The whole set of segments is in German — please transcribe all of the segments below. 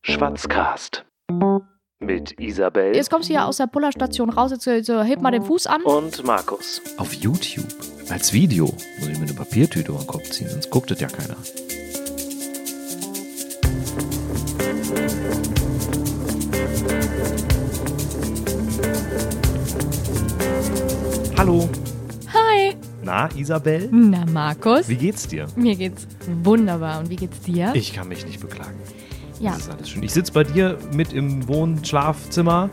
Schwatzcast. Mit Isabel Jetzt kommst du ja aus der Pullerstation raus, jetzt, äh, jetzt heb mal den Fuß an. und Markus. Auf YouTube. Als Video. Muss ich mir eine Papiertüte über den Kopf ziehen, sonst guckt das ja keiner. Hallo. Hi! Na, Isabel? Na, Markus? Wie geht's dir? Mir geht's wunderbar. Und wie geht's dir? Ich kann mich nicht beklagen. ja. Das ist alles schön. Ich sitze bei dir mit im Wohn-Schlafzimmer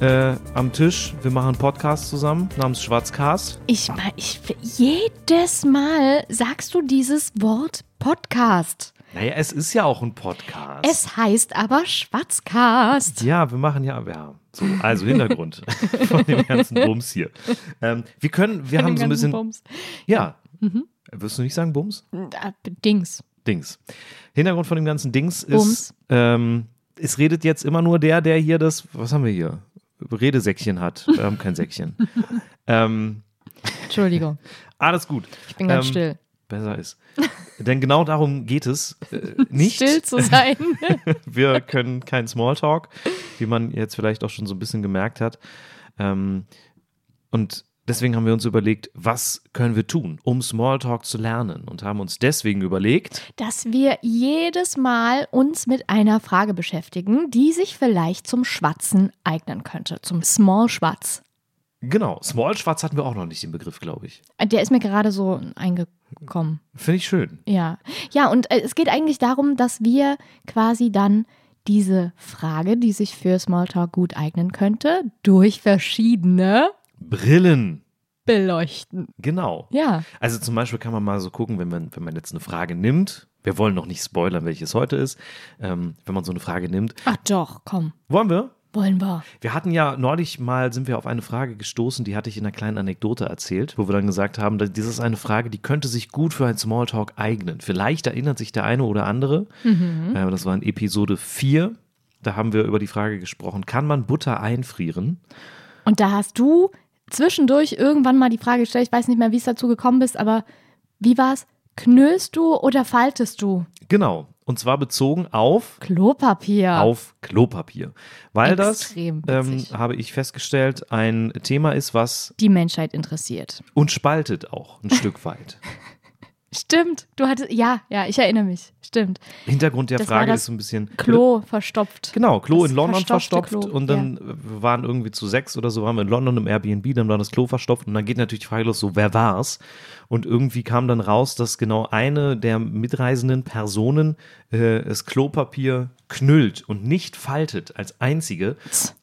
äh, am Tisch. Wir machen einen Podcast zusammen namens Schwarzcast. Ich, mein, ich, jedes Mal sagst du dieses Wort Podcast. Naja, es ist ja auch ein Podcast. Es heißt aber Schwatzcast. Ja, wir machen ja, ja. So, also Hintergrund von dem ganzen Bums hier. Ähm, wir können, wir haben so ein bisschen, Bums. Mhm. ja, würdest du nicht sagen Bums? Äh, Dings. Dings. Hintergrund von dem ganzen Dings ist, Bums. Ähm, es redet jetzt immer nur der, der hier das, was haben wir hier? Redesäckchen hat. Wir haben kein Säckchen. ähm, Entschuldigung, alles gut. ich bin ganz Ähm, still. Besser ist. Denn genau darum geht es äh, nicht. Still zu sein. Wir können kein Smalltalk, wie man jetzt vielleicht auch schon so ein bisschen gemerkt hat. Ähm, und deswegen haben wir uns überlegt, was können wir tun, um Smalltalk zu lernen? Und haben uns deswegen überlegt, dass wir jedes Mal uns mit einer Frage beschäftigen, die sich vielleicht zum Schwatzen eignen könnte, zum Small Schwatz. genau, Smallschwarz hatten wir auch noch nicht den Begriff, glaube ich. Äh, Der ist mir gerade so eingekommen. Finde ich schön. Ja. Ja, und äh, es geht eigentlich darum, dass wir quasi dann diese Frage, die sich für Smalltalk gut eignen könnte, durch verschiedene Brillen, beleuchten. genau. Ja. Also zum Beispiel kann man mal so gucken, wenn man, wenn man jetzt eine Frage nimmt. Wir wollen noch nicht spoilern, welches heute ist. Ähm, wenn man so eine Frage nimmt. Ach doch, komm. Wollen wir? Wollen wir. Wir hatten ja neulich mal, sind wir auf eine Frage gestoßen, die hatte ich in einer kleinen Anekdote erzählt, wo wir dann gesagt haben, dass- das ist eine Frage, die könnte sich gut für einen Smalltalk eignen. Vielleicht erinnert sich der eine oder andere. Äh, Das war in Episode 4. Da haben wir über die Frage gesprochen, kann man Butter einfrieren? Und da hast du zwischendurch irgendwann mal die Frage gestellt, ich weiß nicht mehr, wie es dazu gekommen bist, aber wie war's? Knöst du oder faltest du Genau. Und zwar bezogen auf, Klopapier? auf Klopapier. Weil Ah. Extrem das, ähm, witzig. habe ich festgestellt, ein Thema ist, was Die Menschheit interessiert. uns spaltet auch ein Stück weit. Stimmt, du hattest, ja, ja, ich erinnere mich. Stimmt. Hintergrund der Das war Frage das ist so ein bisschen. Klo verstopft. Genau, Klo Das in London verstopfte verstopft Klo, und dann wir waren irgendwie zu sechs oder so, waren wir in London im Airbnb, dann war das Klo verstopft und dann geht natürlich die Frage los, so wer war's? Und irgendwie kam dann raus, dass genau eine der mitreisenden Personen äh, das Klopapier knüllt und nicht faltet als einzige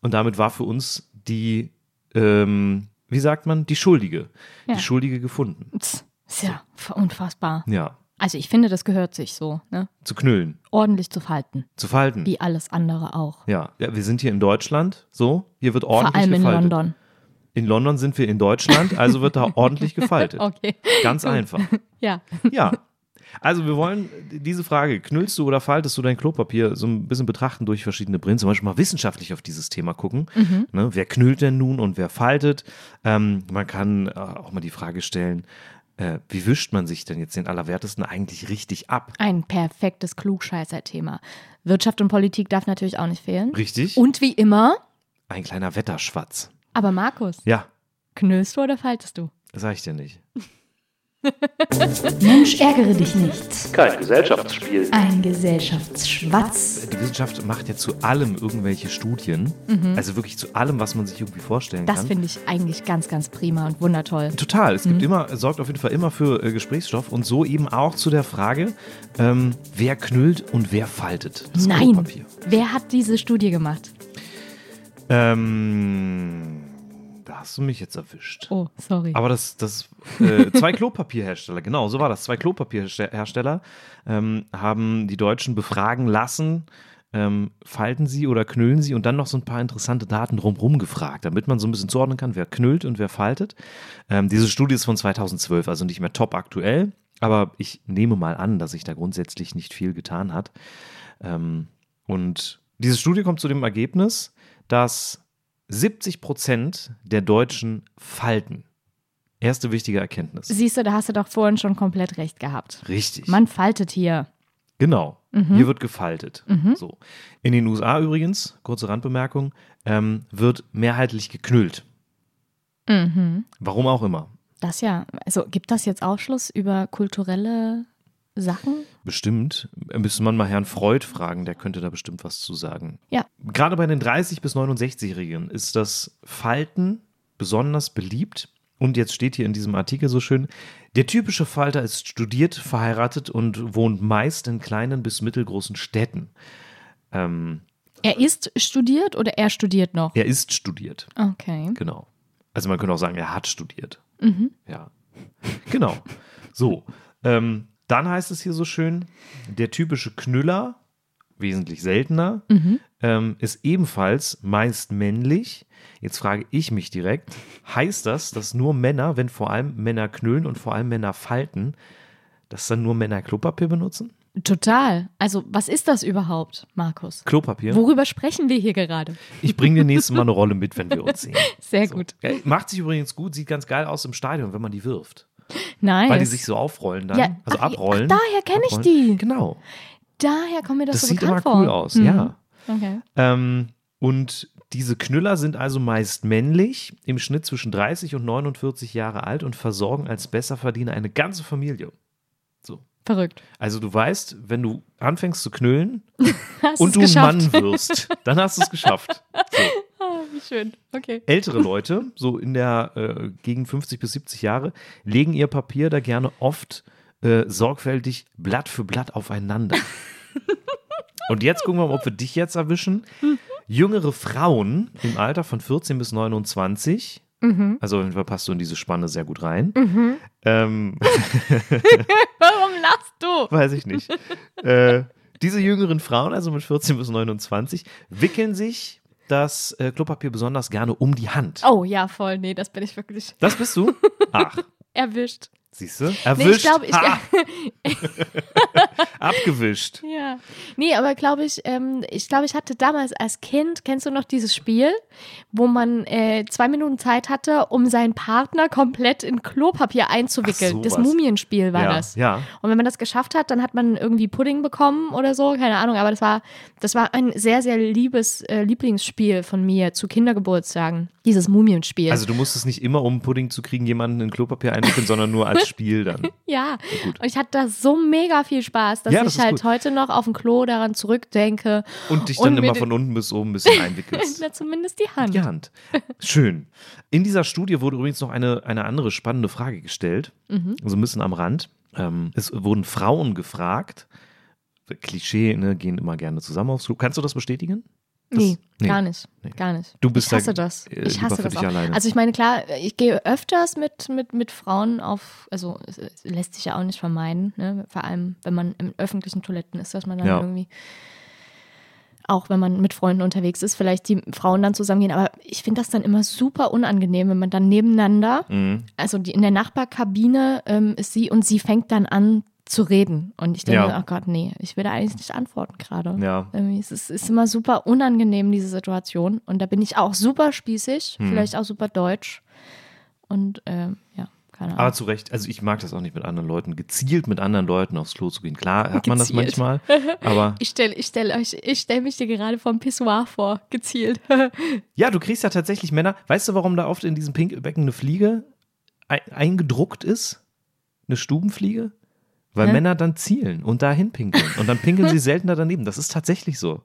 und damit war für uns die, ähm, wie sagt man, die Schuldige, Ja. die Schuldige gefunden. Tss, Ist ja unfassbar. Ja, Also ich finde, das gehört sich so, ne? zu knüllen, Ordentlich zu falten, zu falten. wie alles andere auch. Ja, ja, wir sind hier in Deutschland, so, hier wird ordentlich Vor allem in gefaltet. London. In London sind wir in Deutschland, also wird da ordentlich gefaltet. Okay. Ganz einfach. Ja. Ja. Also wir wollen diese Frage, knüllst du oder faltest du dein Klopapier, so ein bisschen betrachten durch verschiedene Brillen, zum Beispiel mal wissenschaftlich auf dieses Thema gucken. Mhm. Ne, wer knüllt denn nun und wer faltet? Ähm, man kann äh, auch mal die Frage stellen, äh, wie wischt man sich denn jetzt den Allerwertesten eigentlich richtig ab? Ein perfektes Klugscheißer-Thema. Wirtschaft und Politik darf natürlich auch nicht fehlen. Richtig? Und wie immer, Ein kleiner Wetterschwatz. aber Markus, Ja, knüllst du oder faltest du? das sag ich dir nicht. Mensch, ärgere dich nicht. Kein Gesellschaftsspiel. Ein Gesellschaftsschwatz. Die Wissenschaft macht ja zu allem irgendwelche Studien. Also wirklich zu allem, was man sich irgendwie vorstellen Mhm. Das kann. finde ich eigentlich ganz, ganz prima und wundertoll. Total. Es Mhm. gibt immer, es sorgt auf jeden Fall immer für äh, Gesprächsstoff und so eben auch zu der Frage, ähm, wer knüllt und wer faltet das Nein, Klopapier. wer hat diese Studie gemacht? Ähm, da hast du mich jetzt erwischt. Oh, sorry. Aber das, das äh, zwei Klopapierhersteller, genau, so war das. Zwei Klopapierhersteller ähm, haben die Deutschen befragen lassen, ähm, falten sie oder knüllen sie und dann noch so ein paar interessante Daten drumherum gefragt, damit man so ein bisschen zuordnen kann, wer knüllt und wer faltet. Ähm, diese Studie ist von 2012, also nicht mehr top aktuell, aber ich nehme mal an, dass sich da grundsätzlich nicht viel getan hat. Ähm, und diese Studie kommt zu dem Ergebnis, dass 70 Prozent der Deutschen falten. Erste wichtige Erkenntnis. Siehst du, da hast du doch vorhin schon komplett recht gehabt. Richtig. Man faltet hier. Genau. Mhm. Hier wird gefaltet. Mhm. So. In den USA übrigens, kurze Randbemerkung, ähm, wird mehrheitlich geknüllt. Mhm. Warum auch immer. Das ja. Also gibt das jetzt Aufschluss über kulturelle Sachen? Bestimmt. Äh, Müsste man mal Herrn Freud fragen, der könnte da bestimmt was zu sagen. Ja. Gerade bei den 30- bis 69-Jährigen ist das Falten besonders beliebt. Und jetzt steht hier in diesem Artikel so schön, der typische Falter ist studiert, verheiratet und wohnt meist in kleinen bis mittelgroßen Städten. Ähm, Er ist studiert oder er studiert noch? er ist studiert, Okay. genau. Also man könnte auch sagen, er hat studiert. Mhm. Ja. Genau. So. Ähm, dann heißt es hier so schön: der typische Knüller, wesentlich seltener, Mhm. ähm, ist ebenfalls meist männlich. Jetzt frage ich mich direkt: Heißt das, dass nur Männer, wenn vor allem Männer knüllen und vor allem Männer falten, dass dann nur Männer Klopapier benutzen? Total. Also, was ist das überhaupt, Markus? Klopapier? Worüber sprechen wir hier gerade? Ich bringe dir nächstes Mal eine Rolle mit, wenn wir uns sehen. Sehr So. gut. Ja, macht sich übrigens gut, sieht ganz geil aus im Stadion, wenn man die wirft. Nice. Weil die sich so aufrollen dann. Ja, also ach, abrollen. ach, daher kenn ich abrollen. die. Genau. Daher kommt mir das, Das so sieht immer bekannt vor. cool aus, Mhm. ja. Okay. Ähm, und diese Knüller sind also meist männlich, im Schnitt zwischen 30 und 49 Jahre alt und versorgen als Besserverdiener eine ganze Familie. Verrückt. Also du weißt, wenn du anfängst zu knüllen Hast und es du geschafft. Mann wirst, dann hast du es geschafft. So. Ah, wie schön. Okay. Ältere Leute, so in der äh, gegen 50 bis 70 Jahre, legen ihr Papier da gerne oft äh, sorgfältig Blatt für Blatt aufeinander. Und jetzt gucken wir mal, ob wir dich jetzt erwischen. Jüngere Frauen im Alter von 14 bis 29, Mhm. also auf jeden Fall passt du in diese Spanne sehr gut rein. Mhm. Ähm, Warum lachst du? Weiß ich nicht. äh, diese jüngeren Frauen, also mit 14 bis 29, wickeln sich das äh, Klopapier besonders gerne um die Hand. Oh ja, voll. Nee, das bin ich wirklich Das bist du? Ach, erwischt. siehst du? Nee, Erwischt. ich glaube, ich, ha, abgewischt. Ja. Nee, aber glaube ich, ähm, ich glaube, ich hatte damals als Kind, kennst du noch dieses Spiel, wo man äh, zwei Minuten Zeit hatte, um seinen Partner komplett in Klopapier einzuwickeln. Ach, das sowas. Mumienspiel war ja, das. ja. Und wenn man das geschafft hat, dann hat man irgendwie Pudding bekommen oder so, keine Ahnung. Aber das war, das war ein sehr, sehr liebes äh, Lieblingsspiel von mir zu Kindergeburtstagen. Dieses Mumienspiel. Also du musst es nicht immer, um Pudding zu kriegen, jemanden in Klopapier einwickeln, sondern nur als Spiel dann. ja. Gut. Und ich hatte da so mega viel Spaß, dass Ja, das ich ist halt gut. heute noch auf dem Klo daran zurückdenke. Und dich dann Und immer mit- von unten bis oben ein bisschen einwickelst. Na, zumindest die Hand. Die Hand. Schön. In dieser Studie wurde übrigens noch eine, eine andere spannende Frage gestellt, Mhm. so ein bisschen am Rand. Ähm, es wurden Frauen gefragt. Klischee, ne, gehen immer gerne zusammen aufs Klo. Kannst du das bestätigen? Das- Nee, nee. gar nicht. Nee. Gar nicht. Du bist ich hasse da, das. äh, Ich lieber hasse für das dich auch. alleine. Also ich meine, klar, ich gehe öfters mit, mit, mit Frauen auf, also es- es lässt sich ja auch nicht vermeiden, ne? vor allem wenn man in öffentlichen Toiletten ist, dass man dann Ja. irgendwie, auch wenn man mit Freunden unterwegs ist, vielleicht die Frauen dann zusammengehen. Aber ich finde das dann immer super unangenehm, wenn man dann nebeneinander, Mhm. also die, in der Nachbarkabine ähm, ist sie und sie fängt dann an zu reden. Und ich denke, Ja. oh Gott, nee, ich will da eigentlich nicht antworten gerade. Ja. Irgendwie ist es ist immer super unangenehm, diese Situation. Und da bin ich auch super spießig, Hm. vielleicht auch super deutsch. Und ähm, ja, keine Ahnung. Aber zu Recht, also ich mag das auch nicht mit anderen Leuten, gezielt mit anderen Leuten aufs Klo zu gehen. Klar hat man das Gezielt. manchmal, aber ich stelle ich stell euch, ich stelle mich dir gerade vom Pissoir vor, gezielt. ja, du kriegst ja tatsächlich Männer. Weißt du, warum da oft in diesem Pinkelbecken eine Fliege ei- eingedruckt ist? Eine Stubenfliege? Weil Hä? Männer dann zielen und dahin pinkeln. Und dann pinkeln sie seltener daneben. Das ist tatsächlich so.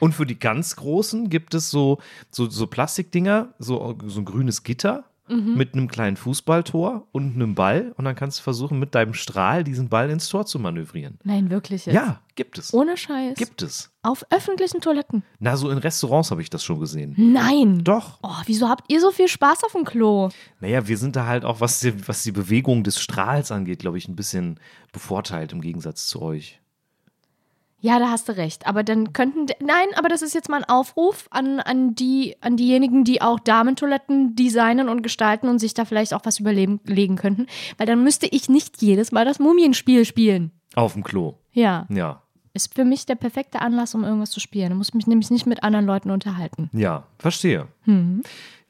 Und für die ganz Großen gibt es so, so, so Plastikdinger, so, so ein grünes Gitter Mhm. mit einem kleinen Fußballtor und einem Ball. Und dann kannst du versuchen, mit deinem Strahl diesen Ball ins Tor zu manövrieren. Nein, wirklich jetzt. Ja, gibt es. Ohne Scheiß. Gibt es. Auf öffentlichen Toiletten. Na, so in Restaurants habe ich das schon gesehen. Nein. Doch. Oh, wieso habt ihr so viel Spaß auf dem Klo? Naja, wir sind da halt auch, was die, was die Bewegung des Strahls angeht, glaube ich, ein bisschen bevorteilt im Gegensatz zu euch. Ja, da hast du recht. Aber dann könnten. Nein, aber das ist jetzt mal ein Aufruf an, an, die, an diejenigen, die auch Damentoiletten designen und gestalten und sich da vielleicht auch was überlegen könnten. Weil dann müsste ich nicht jedes Mal das Mumienspiel spielen. Auf dem Klo. Ja, Ja. ist für mich der perfekte Anlass, um irgendwas zu spielen. Ich muss mich nämlich nicht mit anderen Leuten unterhalten. Ja, verstehe. Hm.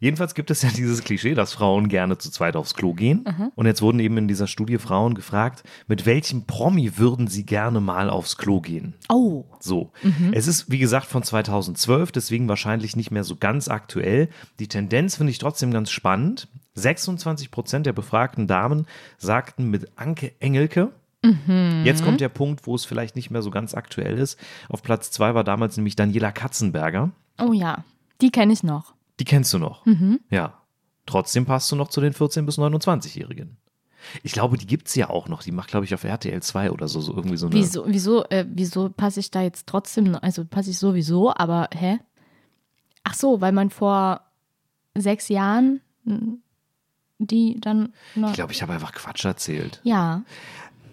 Jedenfalls gibt es ja dieses Klischee, dass Frauen gerne zu zweit aufs Klo gehen. Und jetzt wurden eben in dieser Studie Frauen gefragt, mit welchem Promi würden sie gerne mal aufs Klo gehen? Oh. So. Es ist, wie gesagt, von 2012, deswegen wahrscheinlich nicht mehr so ganz aktuell. Die Tendenz finde ich trotzdem ganz spannend. 26 Prozent der befragten Damen sagten mit Anke Engelke. Jetzt kommt der Punkt, wo es vielleicht nicht mehr so ganz aktuell ist. Auf Platz zwei war damals nämlich Daniela Katzenberger. Oh ja, die kenne ich noch. Die kennst du noch. Ja. Trotzdem passt du noch zu den 14- bis 29-Jährigen. Ich glaube, die gibt es ja auch noch. Die macht, glaube ich, auf RTL 2 oder so, so irgendwie so eine. Wieso, wieso, äh, wieso passe ich da jetzt trotzdem, noch- also passe ich sowieso, aber hä? Ach so, weil man vor sechs Jahren m, die dann noch, Ich glaube, ich habe einfach Quatsch erzählt. ja,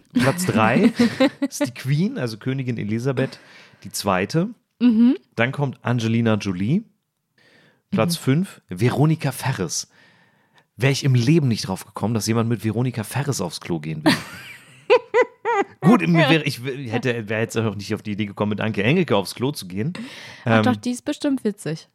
Platz 3 ist die Queen, also Königin Elisabeth die zweite. Mhm. Dann kommt Angelina Jolie. Mhm. Platz 5, Veronika Ferres. Wäre ich im Leben nicht drauf gekommen, dass jemand mit Veronika Ferres aufs Klo gehen will. Gut, mir wäre, ich hätte, wäre jetzt auch nicht auf die Idee gekommen, mit Anke Engelke aufs Klo zu gehen. Ach Ähm, doch, die ist bestimmt witzig.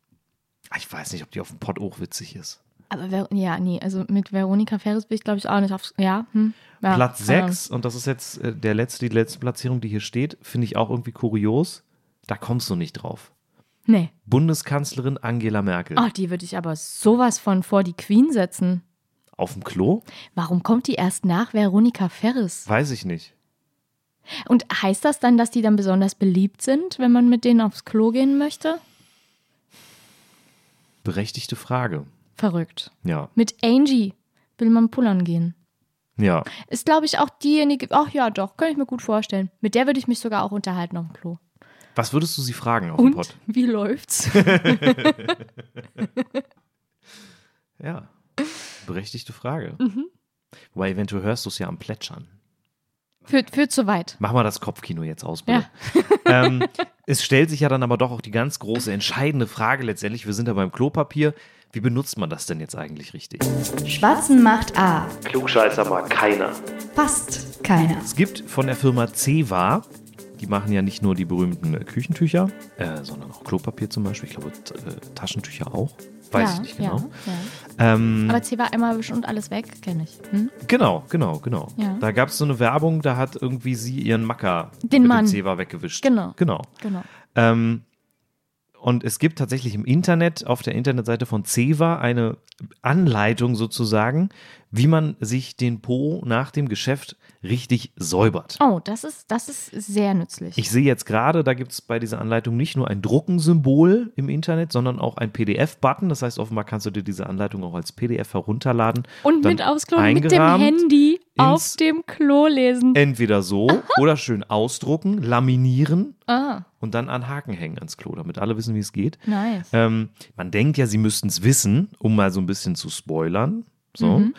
Ich weiß nicht, ob die auf dem Pott auch witzig ist. Aber Ver ja, nee, also mit Veronika Ferris bin ich glaube ich auch nicht aufs, ja, hm, ja Platz keine Ahnung. 6, und das ist jetzt äh, der letzte, die letzte Platzierung, die hier steht, finde ich auch irgendwie kurios. Da kommst du nicht drauf. Nee, Bundeskanzlerin Angela Merkel. ach, die würde ich aber sowas von vor die Queen setzen. Auf dem Klo? Warum kommt die erst nach Veronika Ferris? Weiß ich nicht. Und heißt das dann, dass die dann besonders beliebt sind, wenn man mit denen aufs Klo gehen möchte? Berechtigte Frage. Verrückt. Ja, Mit Angie will man pullern gehen. ja. Ist, glaube ich, auch diejenige. Ach ja, doch, kann ich mir gut vorstellen. Mit der würde ich mich sogar auch unterhalten auf dem Klo. Was würdest du sie fragen auf dem Und Pott? wie läuft's? Ja. Berechtigte Frage. Wobei, eventuell hörst du es ja am Plätschern. führt, führt zu weit. Mach mal das Kopfkino jetzt aus, bitte. ähm, es stellt sich ja dann aber doch auch die ganz große, entscheidende Frage letztendlich. Wir sind ja beim Klopapier. Wie benutzt man das denn jetzt eigentlich richtig? Schwarzen macht A. Klugscheißer mag keiner. Fast keiner. Es gibt von der Firma Ceva, die machen ja nicht nur die berühmten äh, Küchentücher, äh, sondern auch Klopapier zum Beispiel. Ich glaube, t- äh, Taschentücher auch. Weiß ja, ich nicht genau. Ja, Ähm, ja. Aber C war einmal und alles weg, kenne ich. Hm? Genau, genau, genau. Ja. Da gab es so eine Werbung, da hat irgendwie sie ihren Macker Den mit Mann. dem Zewa weggewischt. Genau. Genau. Genau. Ähm, und es gibt tatsächlich im Internet, auf der Internetseite von Zewa, eine Anleitung sozusagen, wie man sich den Po nach dem Geschäft richtig säubert. Oh, das ist, das ist sehr nützlich. Ich sehe jetzt gerade, da gibt es bei dieser Anleitung nicht nur ein Druckensymbol im Internet, sondern auch ein PDF-Button. Das heißt, offenbar kannst du dir diese Anleitung auch als PDF herunterladen. und dann mit aufs Klo, mit dem eingerahmt Handy auf ins- dem Klo lesen. Entweder so oder schön ausdrucken, laminieren ah, und dann an Haken hängen ans Klo, damit alle wissen, wie es geht. nice. Ähm, man denkt ja, sie müssten es wissen, um mal so ein bisschen zu spoilern. So. Mhm.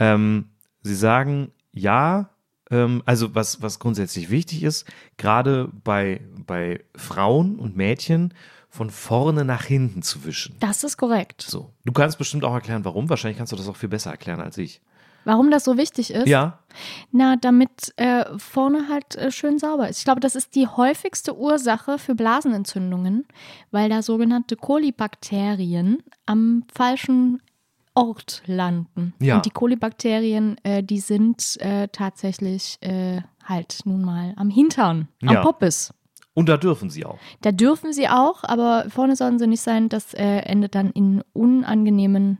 Ähm, sie sagen, ja, ähm, also was, was grundsätzlich wichtig ist, gerade bei, bei Frauen und Mädchen von vorne nach hinten zu wischen. Das ist korrekt. So. Du kannst bestimmt auch erklären, warum. Wahrscheinlich kannst du das auch viel besser erklären als ich. Warum das so wichtig ist? Ja, Na, damit äh, vorne halt äh, schön sauber ist. Ich glaube, das ist die häufigste Ursache für Blasenentzündungen, weil da sogenannte Kolibakterien am falschen Ort landen. Ja. Und die Kolibakterien, äh, die sind äh, tatsächlich äh, halt nun mal am Hintern, am Ja. Poppes. und da dürfen sie auch. Da dürfen sie auch, aber vorne sollen sie nicht sein. Das äh, endet dann in unangenehmen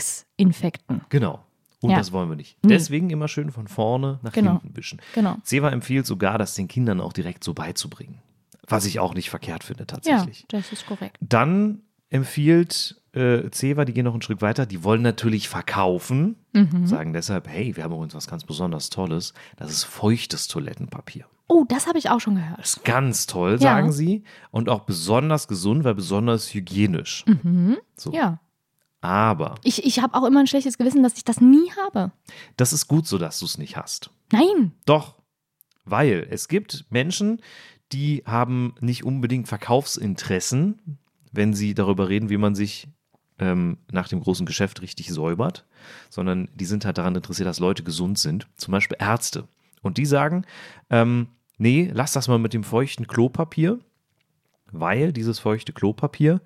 Harnwegsinfekten. Genau. Und Ja. das wollen wir nicht. Nee. Deswegen immer schön von vorne nach Genau. hinten wischen. Genau. Seva empfiehlt sogar, das den Kindern auch direkt so beizubringen. Was ich auch nicht verkehrt finde, Ja, tatsächlich. das ist korrekt. Dann empfiehlt äh, Ceva, die gehen noch einen Schritt weiter, die wollen natürlich verkaufen, Mhm. sagen deshalb, hey, wir haben übrigens was ganz besonders Tolles, das ist feuchtes Toilettenpapier. Oh, das habe ich auch schon gehört. Ist ganz toll, Ja. sagen sie, und auch besonders gesund, weil besonders hygienisch. Mhm. So. Ja. Aber Ich, ich habe auch immer ein schlechtes Gewissen, dass ich das nie habe. das ist gut so, dass du es nicht hast. Nein. Doch, weil es gibt Menschen, die haben nicht unbedingt Verkaufsinteressen, wenn sie darüber reden, wie man sich ähm, nach dem großen Geschäft richtig säubert, sondern die sind halt daran interessiert, dass Leute gesund sind, zum Beispiel Ärzte. Und die sagen, ähm, nee, lass das mal mit dem feuchten Klopapier, weil dieses feuchte Klopapier,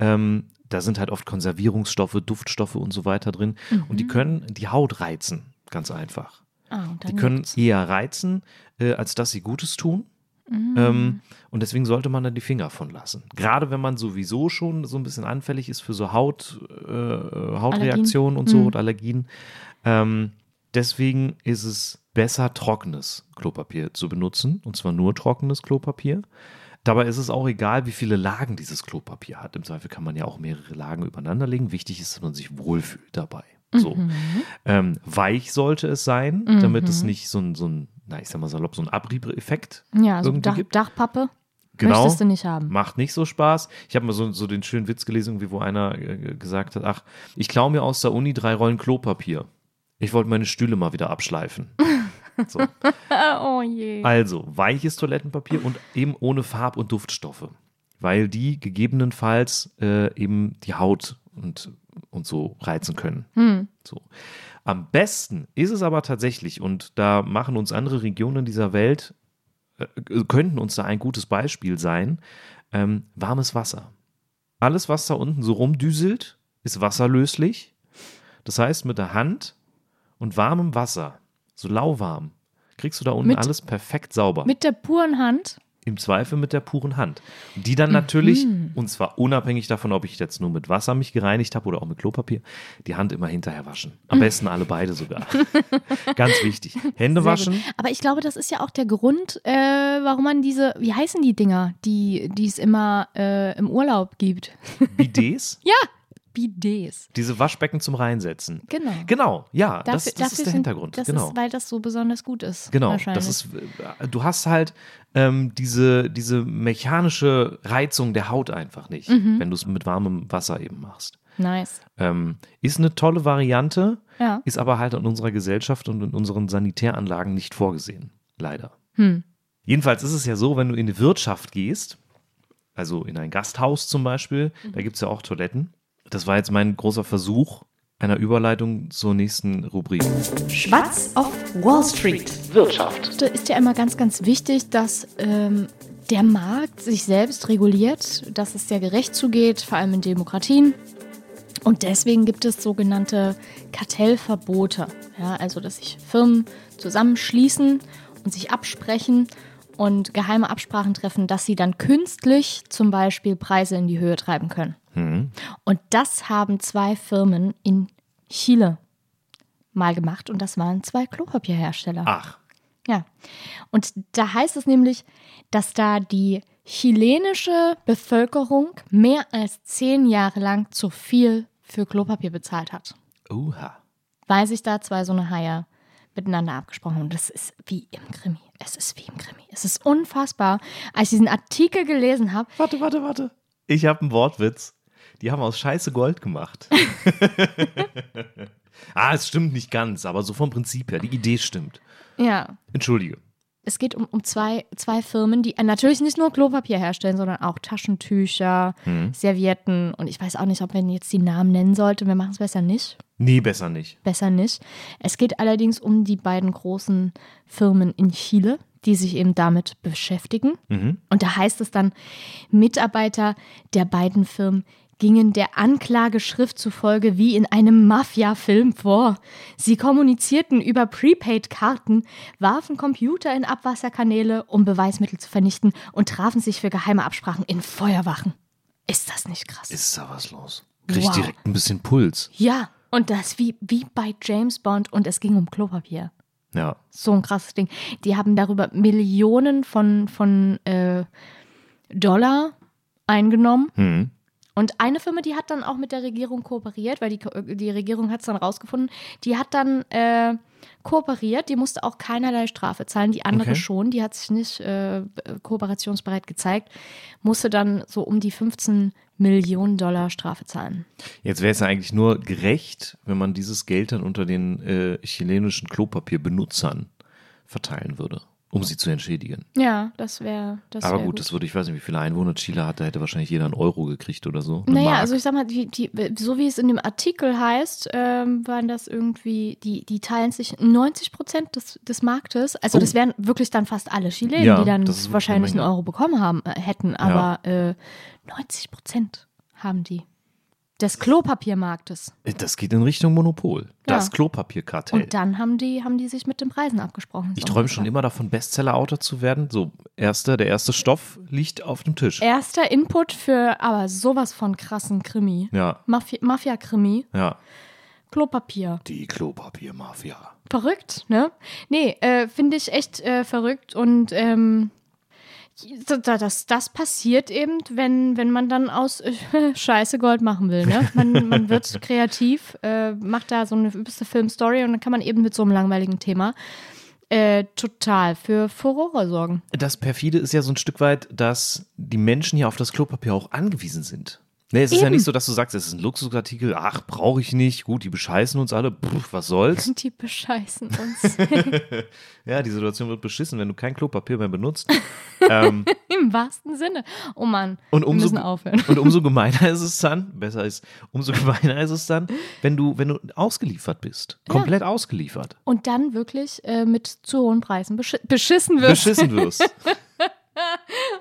ähm, da sind halt oft Konservierungsstoffe, Duftstoffe und so weiter drin und die können die Haut reizen, ganz einfach. Ah, und dann Die können juckt's. eher reizen, äh, als dass sie Gutes tun. Mhm. Ähm, und deswegen sollte man da die Finger von lassen. Gerade wenn man sowieso schon so ein bisschen anfällig ist für so Haut, äh, Hautreaktionen und so und Allergien. Ähm, deswegen ist es besser, trockenes Klopapier zu benutzen. Und zwar nur trockenes Klopapier. Dabei ist es auch egal, wie viele Lagen dieses Klopapier hat. Im Zweifel kann man ja auch mehrere Lagen übereinander legen. Wichtig ist, dass man sich wohlfühlt dabei. So. Mhm. Ähm, weich sollte es sein, damit es nicht so ein, so ein, na, ich sag mal salopp, so ein Abrieb-Effekt Ja, so irgendwie Dach, gibt. Genau. Dachpappe möchtest du nicht haben. Macht nicht so Spaß. Ich habe mal so, so den schönen Witz gelesen, irgendwie, wo einer äh, gesagt hat: Ach, ich klaue mir aus der Uni drei Rollen Klopapier. Ich wollte meine Stühle mal wieder abschleifen. so. oh je. Also, weiches Toilettenpapier und eben ohne Farb- und Duftstoffe, weil die gegebenenfalls äh, eben die Haut und, und so reizen können. Hm. So. Am besten ist es aber tatsächlich, und da machen uns andere Regionen dieser Welt, äh, könnten uns da ein gutes Beispiel sein, ähm, warmes Wasser. Alles, was da unten so rumdüselt, ist wasserlöslich. Das heißt, mit der Hand und warmem Wasser, so lauwarm, kriegst du da unten Mit- alles perfekt sauber. Mit der puren Hand. Im Zweifel mit der puren Hand. Die dann natürlich, Mhm. und zwar unabhängig davon, ob ich jetzt nur mit Wasser mich gereinigt habe oder auch mit Klopapier, die Hand immer hinterher waschen. Am Mhm. besten alle beide sogar. Ganz wichtig. Hände Sehr waschen. gut. Aber ich glaube, das ist ja auch der Grund, äh, warum man diese, wie heißen die Dinger, die die es immer äh, im Urlaub gibt? Bidets. Ja, Bidets. Diese Waschbecken zum Reinsetzen. Genau. Genau, ja, das, Dafür- das ist dafür der sind- Hintergrund. Das genau. ist, weil das so besonders gut ist. Genau, wahrscheinlich. das ist, äh, du hast halt ähm, diese, diese mechanische Reizung der Haut einfach nicht, Mhm. wenn du es mit warmem Wasser eben machst. nice. Ähm, ist eine tolle Variante, Ja. ist aber halt in unserer Gesellschaft und in unseren Sanitäranlagen nicht vorgesehen, leider. Hm. Jedenfalls ist es ja so, wenn du in die Wirtschaft gehst, also in ein Gasthaus zum Beispiel, Mhm. da gibt es ja auch Toiletten. Das war jetzt mein großer Versuch einer Überleitung zur nächsten Rubrik. Schwatz auf Wall Street. Wirtschaft. Da ist ja immer ganz, ganz wichtig, dass ähm, der Markt sich selbst reguliert, dass es sehr gerecht zugeht, vor allem in Demokratien. Und deswegen gibt es sogenannte Kartellverbote. Ja, also, dass sich Firmen zusammenschließen und sich absprechen und geheime Absprachen treffen, dass sie dann künstlich zum Beispiel Preise in die Höhe treiben können. Und das haben zwei Firmen in Chile mal gemacht und das waren zwei Klopapierhersteller. Ach, Ja. Und da heißt es nämlich, dass da die chilenische Bevölkerung mehr als zehn Jahre lang zu viel für Klopapier bezahlt hat, uha. weil sich da zwei so eine Haie miteinander abgesprochen haben. Und Das ist wie im Krimi. Es ist wie im Krimi. Es ist unfassbar. Als ich diesen Artikel gelesen habe, Warte, warte, warte. Ich habe einen Wortwitz. Die haben aus Scheiße Gold gemacht. ah, es stimmt nicht ganz, aber so vom Prinzip her. Die Idee stimmt. ja, Entschuldige. es geht um, um zwei, zwei Firmen, die äh, natürlich nicht nur Klopapier herstellen, sondern auch Taschentücher, Servietten. Und ich weiß auch nicht, ob man jetzt die Namen nennen sollte. Wir machen es besser nicht. Nee, besser nicht. besser nicht. Es geht allerdings um die beiden großen Firmen in Chile, die sich eben damit beschäftigen. Und da heißt es dann, Mitarbeiter der beiden Firmen gingen der Anklageschrift zufolge wie in einem Mafia-Film vor. Sie kommunizierten über Prepaid-Karten, warfen Computer in Abwasserkanäle, um Beweismittel zu vernichten und trafen sich für geheime Absprachen in Feuerwachen. Ist das nicht krass? Ist da was los? Krieg ich Wow. direkt ein bisschen Puls. Ja, und das wie, wie bei James Bond und es ging um Klopapier. Ja. So ein krasses Ding. Die haben darüber Millionen von, von äh, Dollar eingenommen. Mhm. Hm. Und eine Firma, die hat dann auch mit der Regierung kooperiert, weil die, Ko- die Regierung hat es dann rausgefunden, die hat dann äh, kooperiert, die musste auch keinerlei Strafe zahlen, die andere Okay. schon, die hat sich nicht äh, kooperationsbereit gezeigt, musste dann so um die 15 Millionen Dollar Strafe zahlen. Jetzt wäre es ja eigentlich nur gerecht, wenn man dieses Geld dann unter den äh, chilenischen Klopapierbenutzern verteilen würde. um sie zu entschädigen. Ja, das wäre. Das Aber wär gut, das würde, ich weiß nicht, wie viele Einwohner Chile hat, da hätte wahrscheinlich jeder einen Euro gekriegt oder so. eine Naja, Mark. also ich sag mal, die, die, so wie es in dem Artikel heißt, ähm, waren das irgendwie, die, die teilen sich 90 Prozent des, des Marktes. Also Oh. das wären wirklich dann fast alle Chilenen, Ja, die dann das ist wirklich eine wahrscheinlich einen Menge. Euro bekommen haben, äh, hätten. Aber äh, 90 Prozent haben die des Klopapiermarktes. Äh, das geht in Richtung Monopol. Das Ja. Klopapierkartell. Und dann haben die, haben die sich mit den Preisen abgesprochen. Äh. Ich So träume schon ungefähr. immer davon, Bestseller-Autor zu werden. So, erster, der erste Stoff liegt auf dem Tisch. Erster Input für aber sowas von krassen Krimi. Ja, Mafi- Mafia-Krimi, ja. Klopapier. Die Klopapiermafia. Verrückt, ne? Nee, äh, finde ich echt äh, verrückt und ähm, das, das, das passiert eben, wenn, wenn man dann aus äh, Scheiße Gold machen will, ne? Man, man wird kreativ, äh, macht da so eine übelste Filmstory und dann kann man eben mit so einem langweiligen Thema äh, total für Furore sorgen. Das perfide ist ja so ein Stück weit, dass die Menschen hier auf das Klopapier auch angewiesen sind. Nee, es ist ja Eben. nicht so, dass du sagst, es ist ein Luxusartikel, ach, brauche ich nicht, gut, die bescheißen uns alle, pff, was soll's. Die bescheißen uns Ja, die Situation wird beschissen, wenn du kein Klopapier mehr benutzt. im wahrsten Sinne. Oh Mann, Und wir umso, müssen aufhören. Und umso gemeiner ist es dann, besser ist, umso gemeiner ist es dann, wenn du, wenn du ausgeliefert bist. Komplett ausgeliefert. Und dann wirklich äh, mit zu hohen Preisen beschi beschissen wird. Beschissen wirst.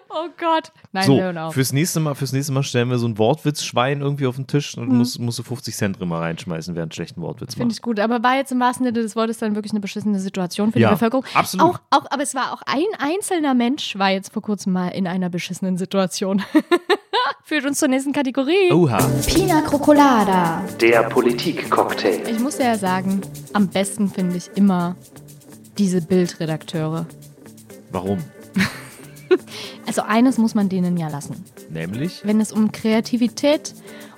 oh Gott. Nein, wir hören so, auf. fürs nächste Mal, fürs nächste Mal stellen wir so ein Wortwitzschwein irgendwie auf den Tisch und musst, musst du 50 Cent drin mal reinschmeißen, während schlechten Wortwitz Finde macht. ich gut, aber war jetzt im wahrsten Sinne des Wortes dann wirklich eine beschissene Situation für Ja, die Bevölkerung. absolut. Auch, auch, aber es war auch ein einzelner Mensch, war jetzt vor kurzem mal in einer beschissenen Situation. Führt uns zur nächsten Kategorie. Oha. Pina Colada. Der Politik-Cocktail. Ich muss ja sagen, am besten finde ich immer diese Bildredakteure. Warum? Also eines muss man denen ja lassen. Nämlich? Wenn es um Kreativität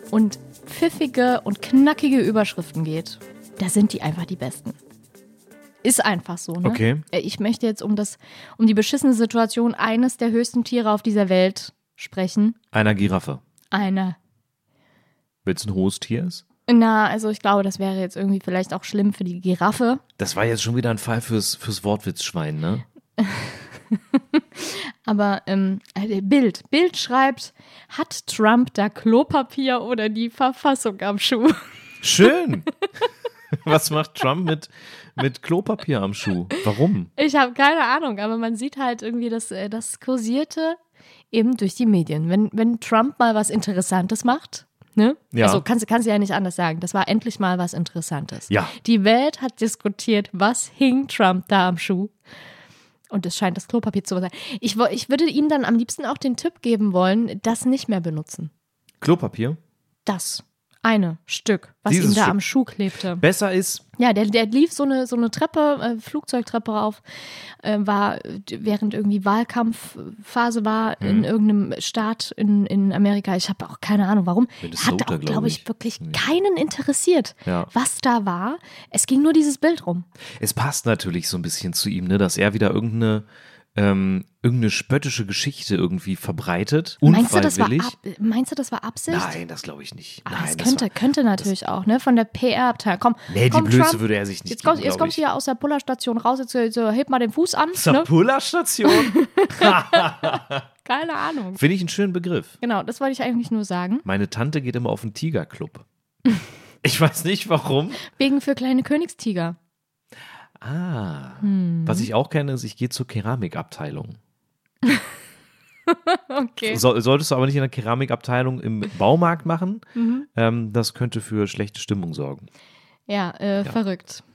und pfiffige und knackige Überschriften geht, da sind die einfach die besten. Ist einfach so, ne? Okay. Äh, Ich möchte jetzt um das um die beschissene Situation eines der höchsten Tiere auf dieser Welt sprechen. Einer Giraffe. Einer. Wenn es ein hohes Tier ist? Na, also ich glaube, das wäre jetzt irgendwie vielleicht auch schlimm für die Giraffe. Das war jetzt schon wieder ein Fall fürs, fürs Wortwitzschwein, ne? Aber ähm, äh, Bild. Bild schreibt, hat Trump da Klopapier oder die Verfassung am Schuh? Schön! Was macht Trump mit, mit Klopapier am Schuh? Warum? Ich habe keine Ahnung, aber man sieht halt irgendwie, dass äh, das kursierte eben durch die Medien. Wenn, wenn Trump mal was Interessantes macht, ne? Ja. Also kannst, kannst du ja nicht anders sagen. Das war endlich mal was Interessantes. Ja. Die Welt hat diskutiert, was hing Trump da am Schuh. Und es scheint das Klopapier zu sein. Ich, wo- ich würde ihm dann am liebsten auch den Tipp geben wollen, das nicht mehr benutzen. Klopapier? Das eine Stück, was Dieses ihm da Stück. am Schuh klebte. Besser ist, Ja, der, der lief so eine, so eine Treppe, äh, Flugzeugtreppe auf, äh, war äh, während irgendwie Wahlkampfphase war Mhm. in irgendeinem Staat in, in Amerika. Ich habe auch keine Ahnung, warum. Minnesota, Hat auch, glaub glaube ich. ich, wirklich Ja. keinen interessiert, Ja. was da war. Es ging nur dieses Bild rum. Es passt natürlich so ein bisschen zu ihm, ne, dass er wieder irgendeine, ähm, irgendeine spöttische Geschichte irgendwie verbreitet. Meinst du, das war, Unfreiwillig. ab, meinst du, das war Absicht? Nein, das glaube ich nicht. Aber Nein, es könnte, war, könnte natürlich auch, ne? Von der PR-Abteilung. Komm, Nee, die komm, Blöße Trump, würde er sich nicht Jetzt kommst, geben, jetzt glaub kommst du ich. ja aus der Pullerstation raus, jetzt äh, so, heb mal den Fuß an. Ne? Zapulla-Station? Keine Ahnung. Finde ich einen schönen Begriff. Genau, das wollte ich eigentlich nur sagen. Meine Tante geht immer auf den Tigerclub. Ich weiß nicht warum. Wegen für kleine Königstiger. Ah. Was ich auch kenne, ist, ich gehe zur Keramikabteilung. Okay. So, solltest du aber nicht in der Keramikabteilung im Baumarkt machen. Ähm, das könnte für schlechte Stimmung sorgen. Ja, äh, verrückt.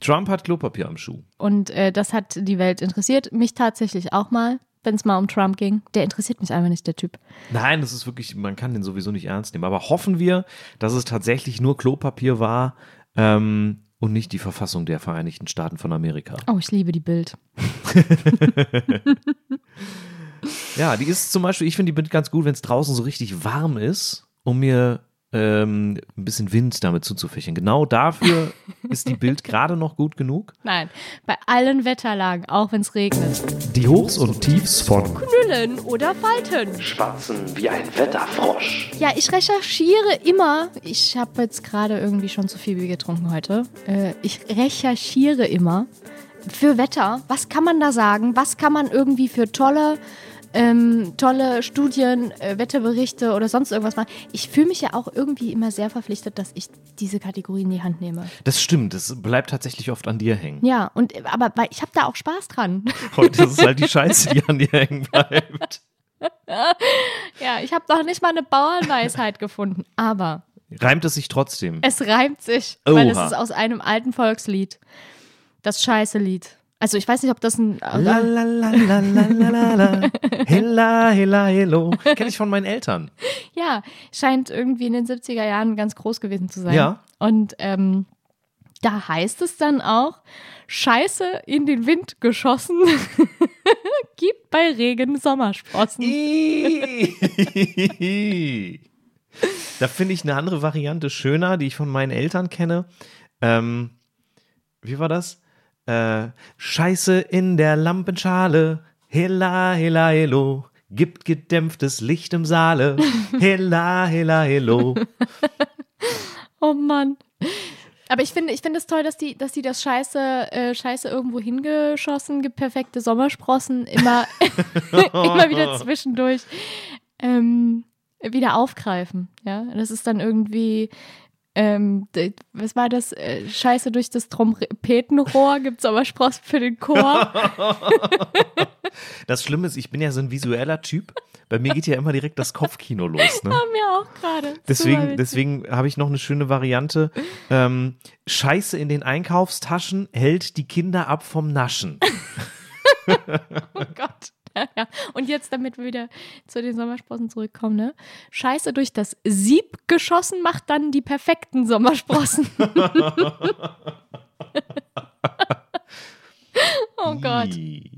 Trump hat Klopapier am Schuh. Und äh, das hat die Welt interessiert. Mich tatsächlich auch mal, wenn es mal um Trump ging. Der interessiert mich einfach nicht, der Typ. Nein, das ist wirklich, man kann den sowieso nicht ernst nehmen. Aber hoffen wir, dass es tatsächlich nur Klopapier war ähm, und nicht die Verfassung der Vereinigten Staaten von Amerika. Oh, ich liebe die Bild. Ja, die ist zum Beispiel, ich finde die Bild ganz gut, wenn es draußen so richtig warm ist, um mir ähm, ein bisschen Wind damit zuzufächeln. Genau dafür ist die Bild gerade noch gut genug. Nein, bei allen Wetterlagen, auch wenn es regnet. Die Hochs und Tiefs von. Knüllen oder Falten. Schwatzen wie ein Wetterfrosch. Ja, ich recherchiere immer. Ich habe jetzt gerade irgendwie schon zu viel Bier getrunken heute. Äh, ich recherchiere immer für Wetter? Was kann man da sagen? Was kann man irgendwie für tolle, ähm, tolle Studien, äh, Wetterberichte oder sonst irgendwas machen? Ich fühle mich ja auch irgendwie immer sehr verpflichtet, dass ich diese Kategorie in die Hand nehme. Das stimmt, das bleibt tatsächlich oft an dir hängen. Ja, und äh, aber weil- ich habe da auch Spaß dran. Heute ist es halt die Scheiße, die an dir hängen bleibt. ja, ich habe noch nicht mal eine Bauernweisheit gefunden, aber Reimt es sich trotzdem? es reimt sich, weil es Oha. ist aus einem alten Volkslied. Das scheiße Lied. Also ich weiß nicht, ob das ein La la la la la la la la. Hella, hella, hello. Kenne ich von meinen Eltern. Ja, scheint irgendwie in den 70er Jahren ganz groß gewesen zu sein. Ja. Und ähm, da heißt es dann auch, Scheiße in den Wind geschossen, gibt bei Regen Sommersprossen. da finde ich eine andere Variante schöner, die ich von meinen Eltern kenne. Ähm, wie war das? Äh, Scheiße in der Lampenschale. Hella, hella, hello. Gibt gedämpftes Licht im Saale. Hella, hella, hello. Oh Mann. Aber ich finde, ich finde es toll, dass die, dass die das Scheiße, äh, Scheiße irgendwo hingeschossen, gibt perfekte Sommersprossen immer, immer wieder zwischendurch ähm, wieder aufgreifen. Ja, das ist dann irgendwie, ähm, d- was war das? Äh, Scheiße durch das Trompetenrohr gibt Sommersprossen für den Chor. Das Schlimme ist, ich bin ja so ein visueller Typ. Bei mir geht ja immer direkt das Kopfkino los. Ne? Mir auch gerade. Deswegen, Superwitzig. deswegen habe ich noch eine schöne Variante. Ähm, Scheiße in den Einkaufstaschen hält die Kinder ab vom Naschen. Oh Gott. Ja, und jetzt, damit wir wieder zu den Sommersprossen zurückkommen, ne? Scheiße durch das Sieb geschossen macht dann die perfekten Sommersprossen. oh Gott. Ii.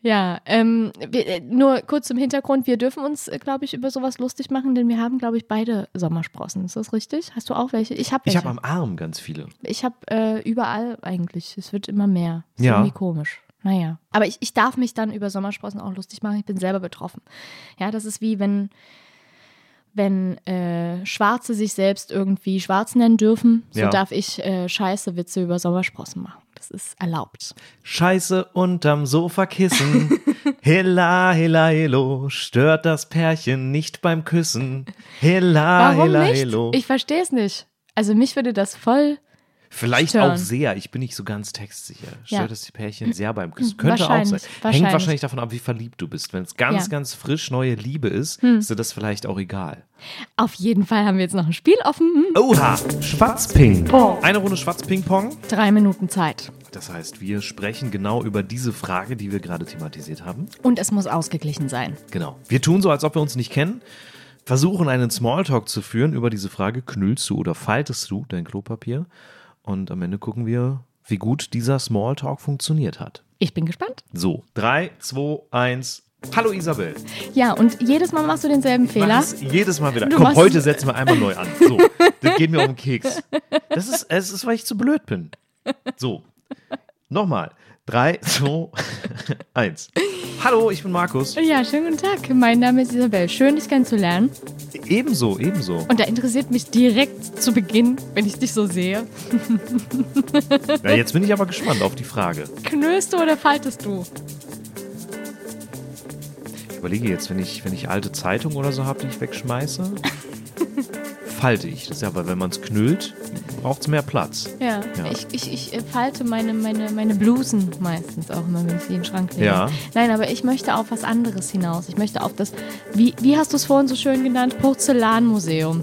Ja, ähm, wir, äh, nur kurz zum Hintergrund. Wir dürfen uns, glaube ich, über sowas lustig machen, denn wir haben, glaube ich, beide Sommersprossen. Ist das richtig? Hast du auch welche? Ich habe Ich welche. habe am Arm ganz viele. Ich habe äh, überall eigentlich. Es wird immer mehr. Ist Ja. irgendwie komisch. Naja. Aber ich, ich darf mich dann über Sommersprossen auch lustig machen. Ich bin selber betroffen. Ja, das ist wie wenn, wenn äh, Schwarze sich selbst irgendwie schwarz nennen dürfen. So Ja. darf ich äh, scheiße Witze über Sommersprossen machen. Das ist erlaubt. Scheiße unterm Sofakissen. Hella, hella, hello. Stört das Pärchen nicht beim Küssen. Hella, Warum hella, nicht? hello. Ich verstehe es nicht. Also mich würde das voll. Vielleicht Stören. auch sehr. Ich bin nicht so ganz textsicher. Stört Ja. Hm, das die Pärchen sehr beim Küssen? Könnte auch sein. Wahrscheinlich, wahrscheinlich. Hängt wahrscheinlich davon ab, wie verliebt du bist. Wenn es ganz, Ja. Hm. ganz frisch neue Liebe ist, ist dir das vielleicht auch egal. Auf jeden Fall haben wir jetzt noch ein Spiel offen. Oha, Schwarzping. Eine Runde Schwarzping-Pong. Drei Minuten Zeit. Das heißt, wir sprechen genau über diese Frage, die wir gerade thematisiert haben. Und es muss ausgeglichen sein. Genau. Wir tun so, als ob wir uns nicht kennen, versuchen einen Smalltalk zu führen über diese Frage, knüllst du oder faltest du dein Klopapier? Und am Ende gucken wir, wie gut dieser Smalltalk funktioniert hat. Ich bin gespannt. So, 3, 2, 1. Hallo Isabel. Ja, und jedes Mal machst du denselben Fehler. Mach es jedes Mal wieder. Du Komm, machst heute es- setzen wir einmal neu an. So, das geht mir um den Keks. Das ist, es ist, weil ich zu blöd bin. So, nochmal. 3, 2, 1. Hallo, ich bin Markus. Ja, schönen guten Tag. Mein Name ist Isabel. Schön, dich kennenzulernen. Ebenso, ebenso. Und da interessiert mich direkt zu Beginn, wenn ich dich so sehe, Ja, jetzt bin ich aber gespannt auf die Frage. knüllst du oder faltest du? Ich überlege jetzt, wenn ich, wenn ich alte Zeitung oder so habe, die ich wegschmeiße, falte ich. Das ist ja, aber wenn man es knüllt, braucht es mehr Platz. Ja, Ja. ich, ich, ich äh, falte meine, meine, meine Blusen meistens auch immer, wenn ich die in den Schrank lege. Ja. Nein, aber ich möchte auf was anderes hinaus. Ich möchte auf das, wie, wie hast du es vorhin so schön genannt, Porzellanmuseum.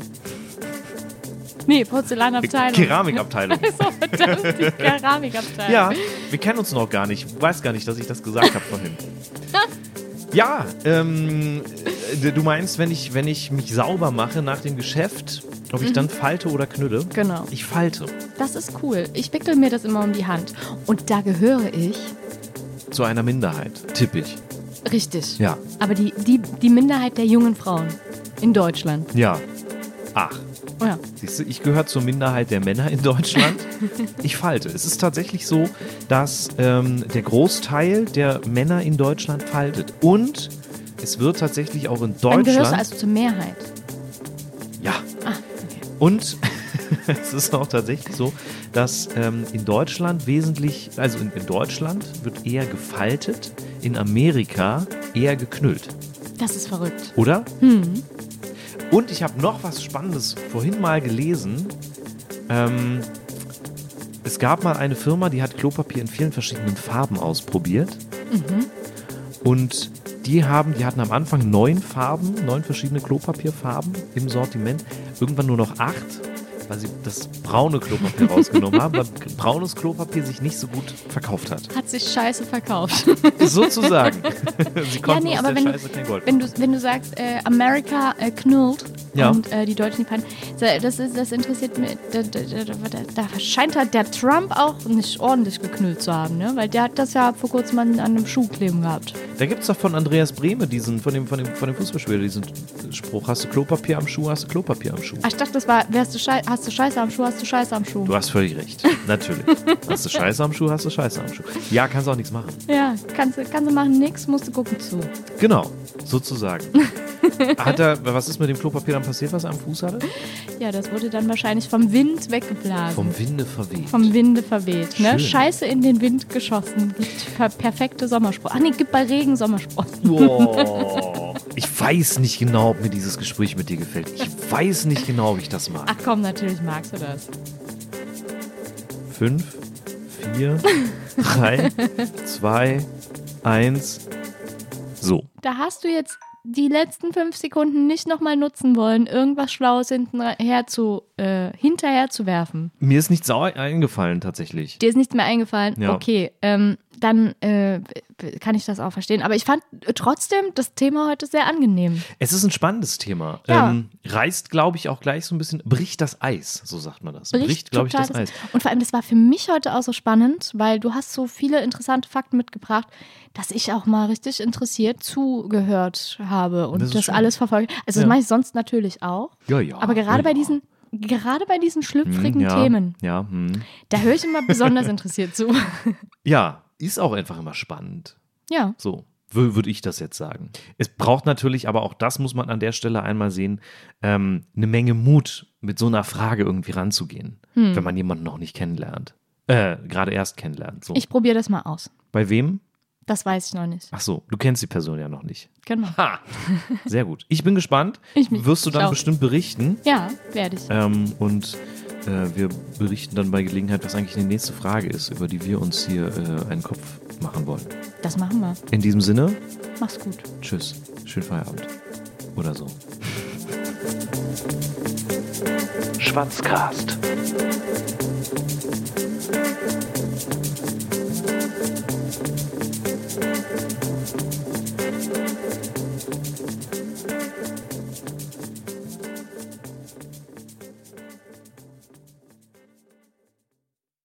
Nee, Porzellanabteilung. Keramikabteilung. so, verdammt, die Keramikabteilung. Ja, wir kennen uns noch gar nicht. Ich weiß gar nicht, dass ich das gesagt habe vorhin. Ja, ähm, äh, du meinst, wenn ich, wenn ich mich sauber mache nach dem Geschäft, ob Mhm. ich dann falte oder knülle? Genau. Ich falte. Das ist cool. Ich wickel mir das immer um die Hand. Und da gehöre ich. Zu einer Minderheit, tippe ich. Richtig. Ja. Aber die, die, die Minderheit der jungen Frauen in Deutschland. Ja. Ach, Oh ja. siehst du, ich gehöre zur Minderheit der Männer in Deutschland. Ich falte. Es ist tatsächlich so, dass ähm, der Großteil der Männer in Deutschland faltet. Und es wird tatsächlich auch in Dann Deutschland. gehörst du also zur Mehrheit. ja. Und es ist auch tatsächlich so, dass ähm, in Deutschland wesentlich, also in, in Deutschland wird eher gefaltet, in Amerika eher geknüllt, Das ist verrückt. oder? Hm. Und ich habe noch was Spannendes vorhin mal gelesen. Ähm, es gab mal eine Firma, die hat Klopapier in vielen verschiedenen Farben ausprobiert. Mhm. Und die haben, die hatten am Anfang neun Farben, neun verschiedene Klopapierfarben im Sortiment. Irgendwann nur noch acht, weil sie das braune Klopapier rausgenommen haben, weil braunes Klopapier sich nicht so gut verkauft hat. Hat sich scheiße verkauft. Sozusagen. sie konnten nee, aus aber der wenn du- Scheiße kein Gold. Wenn du, wenn du sagst, äh, Amerika äh, knurrt Ja. und äh, die Deutschen die Pfeilen, das, ist, das interessiert mich. Da, da, da, da, da scheint halt der Trump auch nicht ordentlich geknüllt zu haben, ne? Weil der hat das ja vor kurzem an, an einem Schuh kleben gehabt. Da gibt es doch von Andreas Brehme diesen, von dem, von dem, von dem Fußballspieler diesen Spruch, hast du Klopapier am Schuh, hast du Klopapier am Schuh. Ach, ich dachte, das war, wärst du Schei hast du Scheiße am Schuh, hast du Scheiße am Schuh. Du hast völlig recht, natürlich. hast du Scheiße am Schuh, hast du Scheiße am Schuh. Ja, kannst auch nichts machen. ja, kannst, du- kannst du machen nix, musst du gucken zu. Genau, sozusagen. Hat er, was ist mit dem Klopapier dann passiert, was er am Fuß hatte? Ja, das wurde dann wahrscheinlich vom Wind weggeblasen. Vom Winde verweht. vom Winde verweht. Ne? Schön. Scheiße in den Wind geschossen. Gibt per perfekte Sommersport. Ach nee, gibt bei Regen Sommersport. Wow. Ich weiß nicht genau, ob mir dieses Gespräch mit dir gefällt. Ich weiß nicht genau, ob ich das mag. Ach komm, natürlich magst du das. Fünf, vier, drei, zwei, eins. So. Da hast du jetzt die letzten fünf Sekunden nicht nochmal nutzen wollen, irgendwas Schlaues hintenher zu, äh, hinterher zu werfen. Mir ist nichts sauer eingefallen tatsächlich. Dir ist nichts mehr eingefallen. Ja. Okay, ähm, dann äh, b- kann ich das auch verstehen. Aber ich fand trotzdem das Thema heute sehr angenehm. Es ist ein spannendes Thema. Ja. Ähm, reißt, glaube ich, auch gleich so ein bisschen, bricht das Eis, so sagt man das. glaube ich, total das Eis. Und vor allem, das war für mich heute auch so spannend, weil du hast so viele interessante Fakten mitgebracht, dass ich auch mal richtig interessiert zugehört habe und Das das, ist schön. alles verfolgt. Also Ja. das mache ich sonst natürlich auch. Ja, ja. Aber gerade ja, bei ja. diesen, gerade bei diesen schlüpfrigen ja, Themen, Ja, hm. da höre ich immer besonders interessiert zu. ja, ist auch einfach immer spannend. Ja, So wür- würde ich das jetzt sagen. Es braucht natürlich, aber auch das muss man an der Stelle einmal sehen, ähm, eine Menge Mut, mit so einer Frage irgendwie ranzugehen, Hm. wenn man jemanden noch nicht kennenlernt. Äh, gerade erst kennenlernt. So. ich probiere das mal aus. bei wem? Das weiß ich noch nicht. Ach so, du kennst die Person ja noch nicht. Genau. Ha! Sehr gut. Ich bin gespannt. Ich mich- Wirst du ich dann auch. bestimmt berichten. Ja, werde ich. Ähm, und äh, wir berichten dann bei Gelegenheit, was eigentlich die nächste Frage ist, über die wir uns hier äh, einen Kopf machen wollen. Das machen wir. In diesem Sinne, Mach's gut. tschüss, schönen Feierabend. Oder so. Schwatzcast.